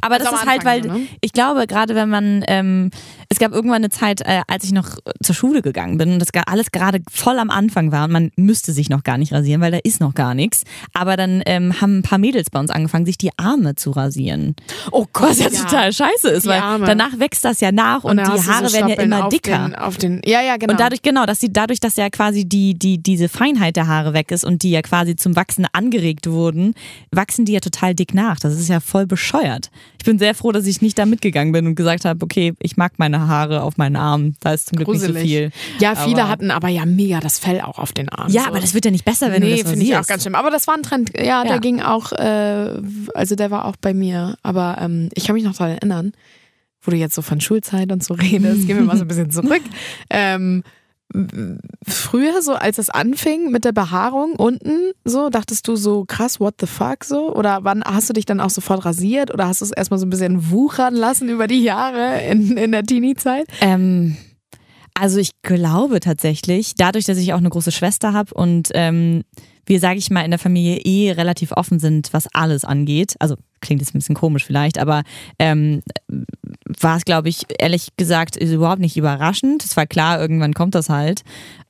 Speaker 2: Aber das
Speaker 3: Also am
Speaker 2: ist halt, weil
Speaker 3: Anfang, ne?
Speaker 2: ich glaube, gerade wenn man, ähm, es gab irgendwann eine Zeit, äh, als ich noch äh, zur Schule gegangen bin und das ga- alles gerade voll am Anfang war und man müsste sich noch gar nicht rasieren, weil da ist noch gar nichts. Aber dann ähm, haben ein paar Mädels bei uns angefangen, sich die Arme zu rasieren.
Speaker 3: Oh
Speaker 2: Was ja, total scheiße ist,
Speaker 3: Die
Speaker 2: weil
Speaker 3: Arme.
Speaker 2: danach wächst das ja nach und,
Speaker 3: dann
Speaker 2: die
Speaker 3: hast du so
Speaker 2: Haare werden ja
Speaker 3: Stoppeln
Speaker 2: immer
Speaker 3: auf
Speaker 2: dicker.
Speaker 3: Den, auf den, ja, ja, genau.
Speaker 2: Und dadurch, genau, dass sie, dadurch, dass ja quasi die, die, diese Feinheit der Haare weg ist und die ja quasi zum Wachsen angeregt wurden, wachsen die ja total dick nach. Das ist ja voll bescheuert. Ich bin sehr froh, dass ich nicht da mitgegangen bin und gesagt habe, okay, ich mag meine Haare auf meinen Armen. Da ist zum Glück
Speaker 3: gruselig.
Speaker 2: nicht so viel.
Speaker 3: Ja, viele
Speaker 2: Aber-
Speaker 3: hatten aber ja mega das Fell auch auf den Armen.
Speaker 2: Ja,
Speaker 3: so.
Speaker 2: aber das wird ja nicht besser, wenn du
Speaker 3: Nee,
Speaker 2: das
Speaker 3: finde ich auch
Speaker 2: rasierst.
Speaker 3: ganz schlimm. Aber das war ein Trend, ja,
Speaker 2: Ja.
Speaker 3: der ging auch, äh, also der war auch bei mir. Aber ähm, ich kann mich noch daran erinnern, wo du jetzt so von Schulzeit und so redest, gehen wir mal so ein bisschen zurück. Ähm, m- früher, so als es anfing mit der Behaarung unten, so dachtest du so krass, what the fuck so? Oder wann hast du dich dann auch sofort rasiert oder hast du es erstmal so ein bisschen wuchern lassen über die Jahre in, in der Teenie-Zeit?
Speaker 2: Ähm, also ich glaube tatsächlich, dadurch, dass ich auch eine große Schwester habe und ähm, wir, sage ich mal, in der Familie eh relativ offen sind, was alles angeht. Also klingt jetzt ein bisschen komisch vielleicht, aber ähm, war es, glaube ich, ehrlich gesagt überhaupt nicht überraschend. Es war klar, irgendwann kommt das halt.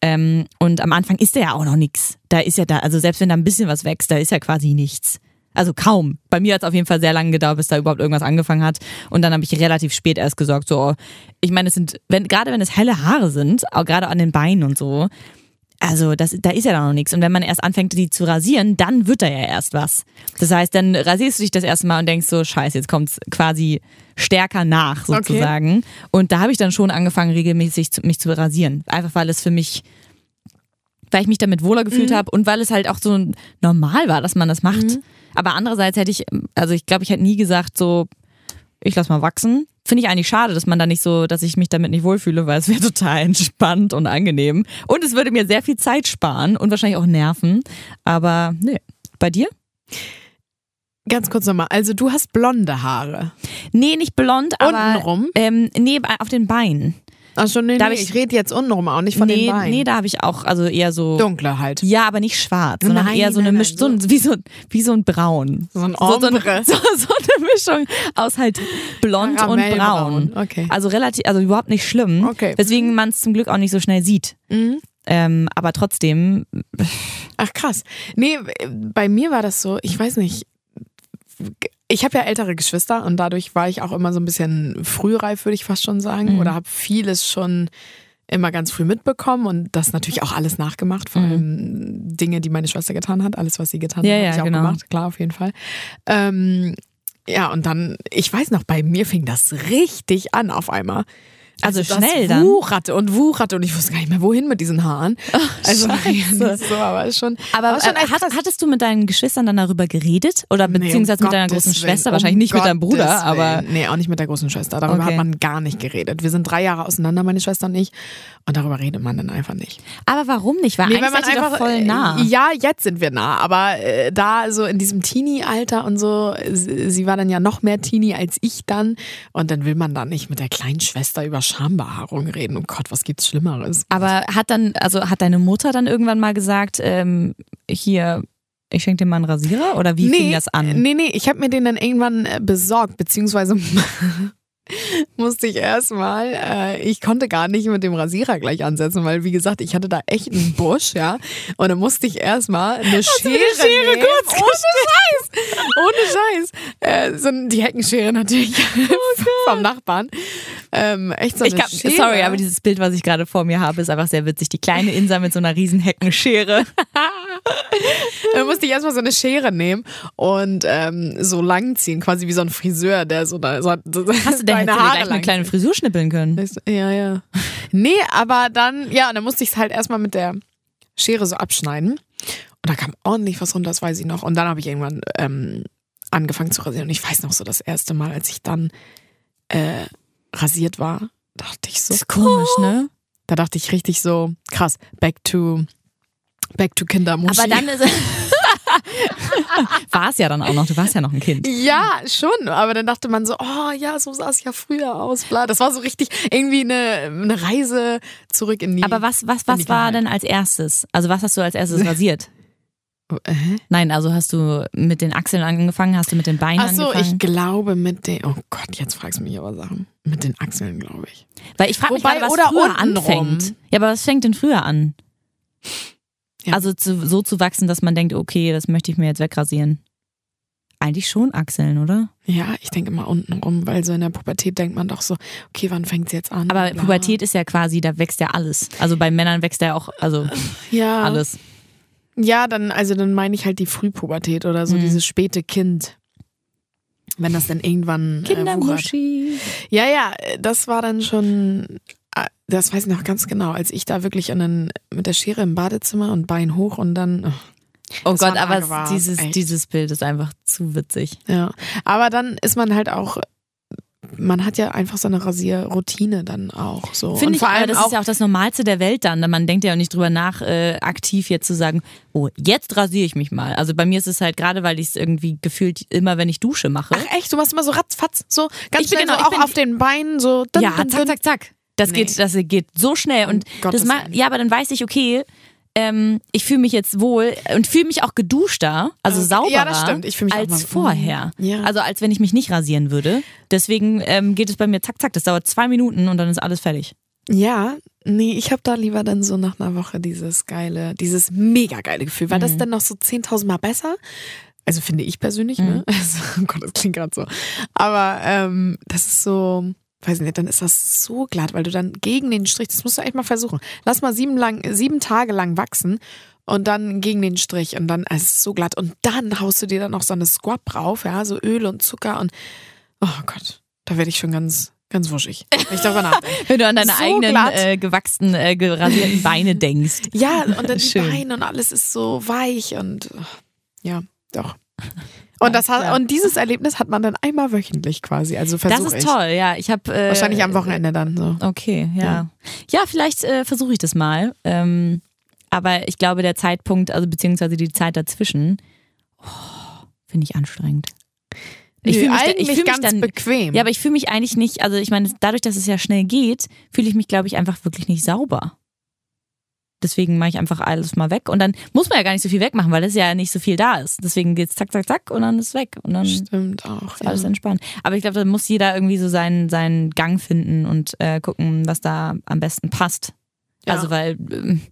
Speaker 2: Ähm, und am Anfang ist da ja auch noch nichts. Da ist ja da, also selbst wenn da ein bisschen was wächst, da ist ja quasi nichts. Also kaum. Bei mir hat es auf jeden Fall sehr lange gedauert, bis da überhaupt irgendwas angefangen hat. Und dann habe ich relativ spät erst gesagt, so, oh, ich meine, es sind, wenn, gerade wenn es helle Haare sind, auch gerade an den Beinen und so, also das, da ist ja dann noch nichts. Und wenn man erst anfängt, die zu rasieren, dann wird da ja erst was. Das heißt, dann rasierst du dich das erste Mal und denkst so, scheiße, jetzt kommt's quasi stärker nach sozusagen. Und da habe ich dann schon angefangen, regelmäßig zu, mich zu rasieren. Einfach weil es für mich, weil ich mich damit wohler gefühlt habe und weil es halt auch so normal war, dass man das macht. Aber andererseits hätte ich, also ich glaube, ich hätte nie gesagt so, ich lass mal wachsen. Finde ich eigentlich schade, dass man da nicht so, dass ich mich damit nicht wohlfühle, weil es wäre total entspannt und angenehm. Und es würde mir sehr viel Zeit sparen und wahrscheinlich auch Nerven. Aber nee. Bei dir?
Speaker 3: Ganz kurz nochmal, also du hast blonde Haare.
Speaker 2: Nee, nicht blond, aber.
Speaker 3: Untenrum?
Speaker 2: Ähm, nee, auf den Beinen.
Speaker 3: Ach schon, nee,
Speaker 2: Darf
Speaker 3: nee,
Speaker 2: ich-
Speaker 3: ich, rede jetzt untenrum auch nicht von
Speaker 2: nee,
Speaker 3: den Beinen.
Speaker 2: nee, da habe ich auch, also eher so.
Speaker 3: Dunkle halt.
Speaker 2: Ja, aber nicht schwarz, sondern
Speaker 3: Nein,
Speaker 2: eher so eine
Speaker 3: nein, nein,
Speaker 2: Mischung, so ein- wie, so, ein- wie so ein Braun.
Speaker 3: So ein
Speaker 2: so, so,
Speaker 3: Ombre.
Speaker 2: so, so eine Mischung aus halt blond und braun.
Speaker 3: Karamellbraun, okay.
Speaker 2: Also relativ, also überhaupt nicht schlimm.
Speaker 3: Okay.
Speaker 2: Weswegen man es zum Glück auch nicht so schnell sieht. Ähm, aber trotzdem,
Speaker 3: Ach krass. Nee, bei mir war das so, ich weiß nicht. Ich habe ja ältere Geschwister und dadurch war ich auch immer so ein bisschen frühreif, würde ich fast schon sagen.
Speaker 2: Mhm.
Speaker 3: Oder habe vieles schon immer ganz früh mitbekommen und das natürlich auch alles nachgemacht. Vor allem Dinge, die meine Schwester getan hat. Alles, was sie getan
Speaker 2: Mhm. Ja,
Speaker 3: hat, habe
Speaker 2: ja,
Speaker 3: ich auch
Speaker 2: genau.
Speaker 3: gemacht. Klar, auf jeden Fall. Ähm, ja, und dann, ich weiß noch, bei mir fing das richtig an auf einmal.
Speaker 2: Also
Speaker 3: das
Speaker 2: schnell dann?
Speaker 3: Wucherte und wucherte und ich wusste gar nicht mehr, wohin mit diesen Haaren. also
Speaker 2: scheiße.
Speaker 3: nicht so, aber ist schon.
Speaker 2: Aber
Speaker 3: ist schon
Speaker 2: äh,
Speaker 3: echt
Speaker 2: hat,
Speaker 3: krass.
Speaker 2: hattest du mit deinen Geschwistern dann darüber geredet? Oder
Speaker 3: Nee, um
Speaker 2: beziehungsweise mit deiner
Speaker 3: Gottes
Speaker 2: großen
Speaker 3: Willen,
Speaker 2: Schwester?
Speaker 3: um
Speaker 2: Wahrscheinlich nicht mit deinem
Speaker 3: Gottes
Speaker 2: Bruder, aber.
Speaker 3: Willen. Nee, auch nicht mit der großen Schwester. Darüber
Speaker 2: Okay.
Speaker 3: hat man gar nicht geredet. Wir sind drei Jahre auseinander, meine Schwester und ich. Und darüber redet man dann einfach nicht.
Speaker 2: Aber warum nicht? Weil
Speaker 3: Nee,
Speaker 2: eigentlich seid ihr doch voll nah.
Speaker 3: äh, Ja, jetzt sind wir nah. Aber äh, da so in diesem Teenie-Alter und so, äh, sie sie war dann ja noch mehr Teenie als ich dann. Und dann will man da nicht mit der kleinen Schwester über Schambehaarung reden. Oh Gott, was gibt's Schlimmeres?
Speaker 2: Aber hat dann, also hat deine Mutter dann irgendwann mal gesagt, ähm, hier, ich schenke dir mal einen Rasierer? Oder wie fing das an?
Speaker 3: Nee, nee, ich habe mir den dann irgendwann äh, besorgt, beziehungsweise musste ich erstmal, äh, ich konnte gar nicht mit dem Rasierer gleich ansetzen, weil wie gesagt, ich hatte da echt einen Busch, ja. Und dann musste ich erstmal eine Schere,
Speaker 2: Schere
Speaker 3: nehmen,
Speaker 2: kurz
Speaker 3: ohne Scheiß, ohne Scheiß. Äh, so ein- die Heckenschere natürlich vom Nachbarn. Ähm, echt so eine
Speaker 2: Oh Ich kann,
Speaker 3: Schere.
Speaker 2: sorry, aber dieses Bild, was ich gerade vor mir habe, ist einfach sehr witzig. Die kleine Insa mit so einer riesen Heckenschere.
Speaker 3: Da musste ich erstmal so eine Schere nehmen und ähm, so lang ziehen, quasi wie so ein Friseur, der so, da, so
Speaker 2: Hast du denn jetzt
Speaker 3: deine
Speaker 2: gleich
Speaker 3: Haare
Speaker 2: eine
Speaker 3: lang
Speaker 2: kleine Frisur schnippeln können?
Speaker 3: Ich so, Ja, ja. Nee, aber dann, ja, und dann musste ich es halt erstmal mit der Schere so abschneiden. Und da kam ordentlich was runter, das weiß ich noch. Und dann habe ich irgendwann ähm, angefangen zu rasieren. Und ich weiß noch so das erste Mal, als ich dann äh, rasiert war, dachte ich so,
Speaker 2: Das ist komisch, ne?
Speaker 3: da dachte ich richtig so, krass, back to, back to Kindermuschi.
Speaker 2: Aber dann ist War es ja dann auch noch, du warst ja noch ein Kind.
Speaker 3: Ja, schon. Aber dann dachte man so, oh ja, so sah es ja früher aus. Bla. Das war so richtig irgendwie eine, eine Reise zurück in die.
Speaker 2: Aber was, was,
Speaker 3: die
Speaker 2: was war
Speaker 3: Wahrheit.
Speaker 2: denn als erstes? Also was hast du als erstes rasiert?
Speaker 3: Oh, Hä?
Speaker 2: Nein, also hast du mit den Achseln angefangen, hast du mit den Beinen
Speaker 3: Ach so, ich
Speaker 2: angefangen?
Speaker 3: glaube mit den. Oh Gott, jetzt fragst du mich aber Sachen. Mit den Achseln, glaube ich.
Speaker 2: Weil ich frage mich
Speaker 3: Wobei,
Speaker 2: gerade, was
Speaker 3: oder
Speaker 2: früher
Speaker 3: untenrum.
Speaker 2: anfängt. Ja, aber was fängt denn früher an?
Speaker 3: Ja.
Speaker 2: Also zu, so zu wachsen, dass man denkt, okay, das möchte ich mir jetzt wegrasieren. Eigentlich schon Achseln, oder?
Speaker 3: Ja, ich denke immer unten rum, weil so in der Pubertät denkt man doch so, okay, wann fängt sie jetzt an?
Speaker 2: Aber
Speaker 3: Bla.
Speaker 2: Pubertät ist ja quasi, da wächst ja alles. Also bei Männern wächst ja auch,
Speaker 3: Äh,
Speaker 2: also
Speaker 3: ja.
Speaker 2: alles.
Speaker 3: Ja, dann, also dann meine ich halt die Frühpubertät oder so,
Speaker 2: Mhm.
Speaker 3: dieses späte Kind. Wenn das dann irgendwann. Äh, wuchert. ja, ja, äh, das war dann schon. äh, Das weiß ich noch ganz genau, als ich da wirklich in den, mit der Schere im Badezimmer und Bein hoch und dann. ugh,
Speaker 2: Oh
Speaker 3: Das
Speaker 2: Gott,
Speaker 3: waren
Speaker 2: aber
Speaker 3: Tage war's,
Speaker 2: dieses,
Speaker 3: echt.
Speaker 2: dieses Bild ist einfach zu witzig.
Speaker 3: Ja, aber dann ist man halt auch, man hat ja einfach seine Rasierroutine dann auch so. Und
Speaker 2: Finde ich,
Speaker 3: vor allem
Speaker 2: aber das
Speaker 3: auch,
Speaker 2: ist ja auch das Normalste der Welt dann. denn Man denkt ja auch nicht drüber nach, äh, aktiv jetzt zu sagen, oh, jetzt rasiere ich mich mal. Also bei mir ist es halt gerade, weil ich es irgendwie gefühlt immer, wenn ich Dusche mache.
Speaker 3: Ach echt, du machst immer so ratz, so ganz
Speaker 2: Ich bin
Speaker 3: schnell
Speaker 2: genau-
Speaker 3: so
Speaker 2: ich
Speaker 3: auch
Speaker 2: bin-
Speaker 3: auf den Beinen so. dun,
Speaker 2: ja,
Speaker 3: dun,
Speaker 2: zack,
Speaker 3: dun.
Speaker 2: zack, zack. Das
Speaker 3: Nee.
Speaker 2: geht, das geht so schnell und
Speaker 3: Um Gottes
Speaker 2: das ma-
Speaker 3: Willen.
Speaker 2: ja, aber dann weiß ich, okay, ähm, ich fühle mich jetzt wohl und fühle mich auch geduschter, also
Speaker 3: Okay.
Speaker 2: sauberer
Speaker 3: Ja, das stimmt. Ich fühl mich auch
Speaker 2: als
Speaker 3: mal- Mhm.
Speaker 2: vorher.
Speaker 3: Ja.
Speaker 2: Also als wenn ich mich nicht rasieren würde. Deswegen ähm, geht es bei mir zack, zack. Das dauert zwei Minuten und dann ist alles fertig.
Speaker 3: Ja, nee, ich habe da lieber dann so nach einer Woche dieses geile, dieses mega geile Gefühl. War das dann noch so 10.000 Mal besser? Also finde ich persönlich, ne? Also, oh Gott, das klingt gerade so. Aber ähm, das ist so, weiß nicht, dann ist das so glatt, weil du dann gegen den Strich, das musst du echt mal versuchen. Lass mal sieben, lang, sieben Tage lang wachsen und dann gegen den Strich und dann es ist so glatt. Und dann haust du dir dann noch so eine Squab drauf, ja, so Öl und Zucker und oh Gott, da werde ich schon ganz, ganz wuschig. Wenn ich darüber nachdenke.
Speaker 2: Wenn du an deine
Speaker 3: So
Speaker 2: eigenen
Speaker 3: glatt.
Speaker 2: äh, gewachsenen, äh, gerasierten Beine denkst.
Speaker 3: Ja, und dann die
Speaker 2: Schön.
Speaker 3: Beine und alles ist so weich und ach, ja, doch. Und, das hat,
Speaker 2: klar.
Speaker 3: und dieses Erlebnis hat man dann einmal wöchentlich quasi. Also
Speaker 2: Das
Speaker 3: versuche
Speaker 2: ist
Speaker 3: ich.
Speaker 2: toll, ja. Ich habe äh,
Speaker 3: Wahrscheinlich am Wochenende dann so.
Speaker 2: Okay, ja. Ja,
Speaker 3: Ja.
Speaker 2: vielleicht äh, versuche ich das mal. Ähm, aber ich glaube, der Zeitpunkt, also beziehungsweise die Zeit dazwischen, oh, finde ich anstrengend.
Speaker 3: Nö,
Speaker 2: fühl mich da-
Speaker 3: eigentlich
Speaker 2: fühl mich
Speaker 3: ganz
Speaker 2: dann-
Speaker 3: bequem.
Speaker 2: Ja, aber ich fühle mich eigentlich nicht, also ich meine, dadurch, dass es ja schnell geht, fühle ich mich, glaube ich, einfach wirklich nicht sauber. Deswegen mache ich einfach alles mal weg und dann muss man ja gar nicht so viel wegmachen, weil es ja nicht so viel da ist. Deswegen geht's zack, zack, zack und dann ist weg und dann
Speaker 3: Stimmt auch.
Speaker 2: ist alles
Speaker 3: ja.
Speaker 2: entspannt. Aber ich glaube, da muss jeder irgendwie so seinen, seinen Gang finden und äh, gucken, was da am besten passt.
Speaker 3: Ja.
Speaker 2: Also weil, ähm,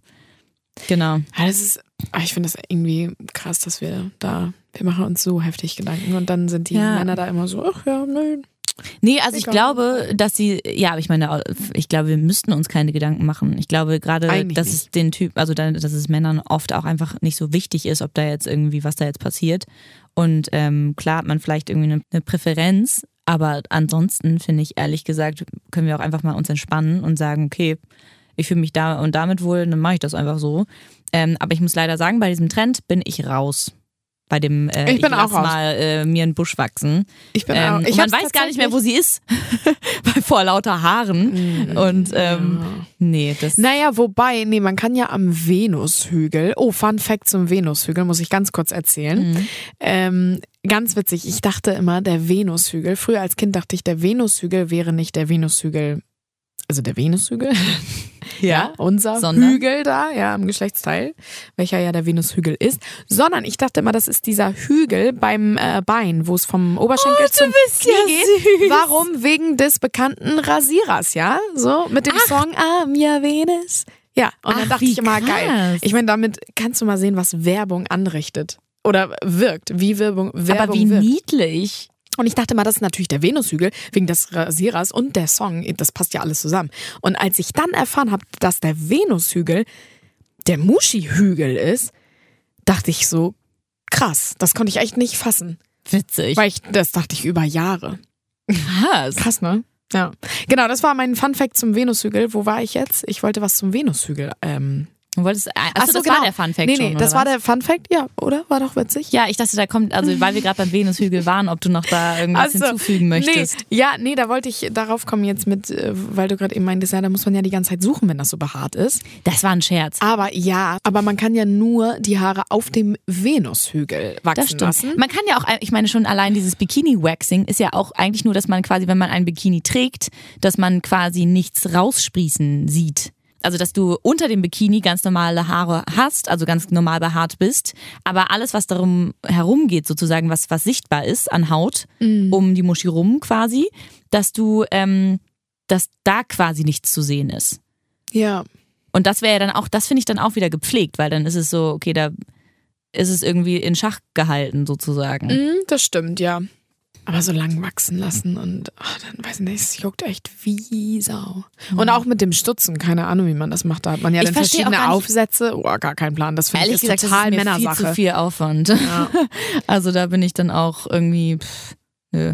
Speaker 2: genau.
Speaker 3: Ja, das ist, ah, ich finde das irgendwie krass, dass wir da, wir machen uns so heftig Gedanken und dann sind die
Speaker 2: Ja.
Speaker 3: Männer da immer so, ach ja, nö.
Speaker 2: Nee, also ich
Speaker 3: Egal.
Speaker 2: glaube, dass sie, ja, aber ich meine, ich glaube, wir müssten uns keine Gedanken machen. Ich glaube gerade,
Speaker 3: Eigentlich
Speaker 2: dass
Speaker 3: nicht.
Speaker 2: es den Typ, also da- dass es Männern oft auch einfach nicht so wichtig ist, ob da jetzt irgendwie, was da jetzt passiert. Und ähm, klar hat man vielleicht irgendwie eine, eine Präferenz, aber ansonsten finde ich ehrlich gesagt, können wir auch einfach mal uns entspannen und sagen, okay, ich fühle mich da und damit wohl, dann mache ich das einfach so. Ähm, aber ich muss leider sagen, bei diesem Trend bin ich raus. Bei dem, äh,
Speaker 3: Ich bin auch
Speaker 2: lass
Speaker 3: raus.
Speaker 2: mal äh, mir einen Busch wachsen.
Speaker 3: Ich bin
Speaker 2: Ähm,
Speaker 3: auch, Genau. ich
Speaker 2: und man
Speaker 3: hab's
Speaker 2: weiß gar nicht mehr, wo
Speaker 3: tatsächlich- Mhm.
Speaker 2: sie ist. Bei vor lauter Haaren. Und ähm, nee, das.
Speaker 3: Naja, wobei, nee, man kann ja am Venushügel, oh, Fun Fact zum Venushügel, muss ich ganz kurz erzählen.
Speaker 2: mhm.
Speaker 3: Ähm, ganz witzig, ich dachte immer, der Venushügel, früher als Kind dachte ich, der Venushügel wäre nicht der Venushügel, also der Venushügel, ja, unser
Speaker 2: Sondern?
Speaker 3: Hügel da, ja, am Geschlechtsteil, welcher ja der Venushügel ist, sondern ich dachte immer, das ist dieser Hügel beim äh, Bein, wo es vom Oberschenkel zum Knie geht. Warum? Wegen des bekannten Rasierers, ja? So mit dem Song Ah, Mia Venus. Ja, und
Speaker 2: Ach,
Speaker 3: dann dachte
Speaker 2: wie
Speaker 3: ich immer,
Speaker 2: krass.
Speaker 3: geil. Ich meine, damit kannst du mal sehen, was Werbung anrichtet. Oder wirkt, wie Werbung, Werbung
Speaker 2: aber wie
Speaker 3: wirkt.
Speaker 2: niedlich.
Speaker 3: Und ich dachte mal, das ist natürlich der Venushügel wegen des Rasierers und der Song. Das passt ja alles zusammen. Und als ich dann erfahren habe, dass der Venushügel der Muschi-Hügel ist, dachte ich so, krass, das konnte ich echt nicht fassen.
Speaker 2: Witzig.
Speaker 3: Weil ich, das dachte ich über Jahre.
Speaker 2: Krass.
Speaker 3: Krass, ne? Ja. Genau, das war mein Fun Fact zum Venushügel. Wo war ich jetzt? Ich wollte was zum Venushügel ähm,
Speaker 2: Du wolltest, achso,
Speaker 3: Ach so, genau.
Speaker 2: das war der Funfact
Speaker 3: Nee, nee,
Speaker 2: schon, oder
Speaker 3: das war
Speaker 2: was?
Speaker 3: der Fun Fact, ja, oder? War doch witzig.
Speaker 2: Ja, ich dachte, da kommt, also weil wir gerade beim Venushügel waren, ob du noch da irgendwas
Speaker 3: Ach so.
Speaker 2: hinzufügen möchtest.
Speaker 3: Nee, ja, nee, da wollte ich darauf kommen jetzt mit, äh, weil du gerade eben meintest, ja, da muss man ja die ganze Zeit suchen, wenn das so behaart ist.
Speaker 2: Das war ein Scherz.
Speaker 3: Aber ja, aber man kann ja nur die Haare auf dem Venushügel wachsen
Speaker 2: Das stimmt.
Speaker 3: lassen.
Speaker 2: Man kann ja auch, ich meine schon allein dieses Bikini-Waxing ist ja auch eigentlich nur, dass man quasi, wenn man ein Bikini trägt, dass man quasi nichts raussprießen sieht. Also, dass du unter dem Bikini ganz normale Haare hast, also ganz normal behaart bist, aber alles, was darum herumgeht, sozusagen, was, was sichtbar ist an Haut, um die Muschi rum quasi, dass du, ähm, dass da quasi nichts zu sehen ist.
Speaker 3: Ja.
Speaker 2: Und das wäre ja dann auch, das finde ich dann auch wieder gepflegt, weil dann ist es so, okay, da ist es irgendwie in Schach gehalten sozusagen.
Speaker 3: Mhm, das stimmt, ja. Aber so lang wachsen lassen und ach, dann weiß ich nicht, es juckt echt wie Sau. Und auch mit dem Stutzen, keine Ahnung, wie man das macht. Da hat man ja
Speaker 2: Hm. Ich
Speaker 3: dann
Speaker 2: verstehe auch gar
Speaker 3: verschiedene
Speaker 2: nicht-
Speaker 3: Aufsätze. Oh, gar keinen Plan. Das finde ich
Speaker 2: Ehrlich
Speaker 3: ist
Speaker 2: gesagt,
Speaker 3: total
Speaker 2: das ist mir
Speaker 3: Männersache.
Speaker 2: viel zu viel Aufwand. Also da bin ich dann auch irgendwie, pff, nö.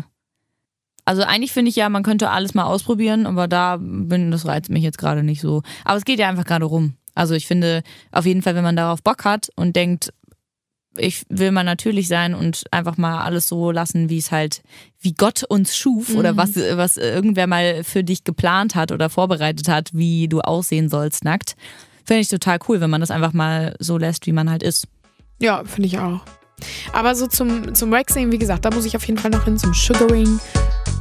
Speaker 2: Also eigentlich finde ich ja, man könnte alles mal ausprobieren, aber da bin, das reizt mich jetzt gerade nicht so. Aber es geht ja einfach gerade rum. Also ich finde, auf jeden Fall, wenn man darauf Bock hat und denkt, ich will mal natürlich sein und einfach mal alles so lassen, wie es halt, wie Gott uns schuf oder was, was irgendwer mal für dich geplant hat oder vorbereitet hat, wie du aussehen sollst nackt. Finde ich total cool, wenn man das einfach mal so lässt, wie man halt ist.
Speaker 3: Ja, finde ich auch. Aber so zum, zum Waxing, wie gesagt, da muss ich auf jeden Fall noch hin zum Sugaring.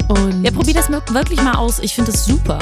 Speaker 3: Und
Speaker 2: Ja, probier das mir- wirklich mal aus. Ich finde es super.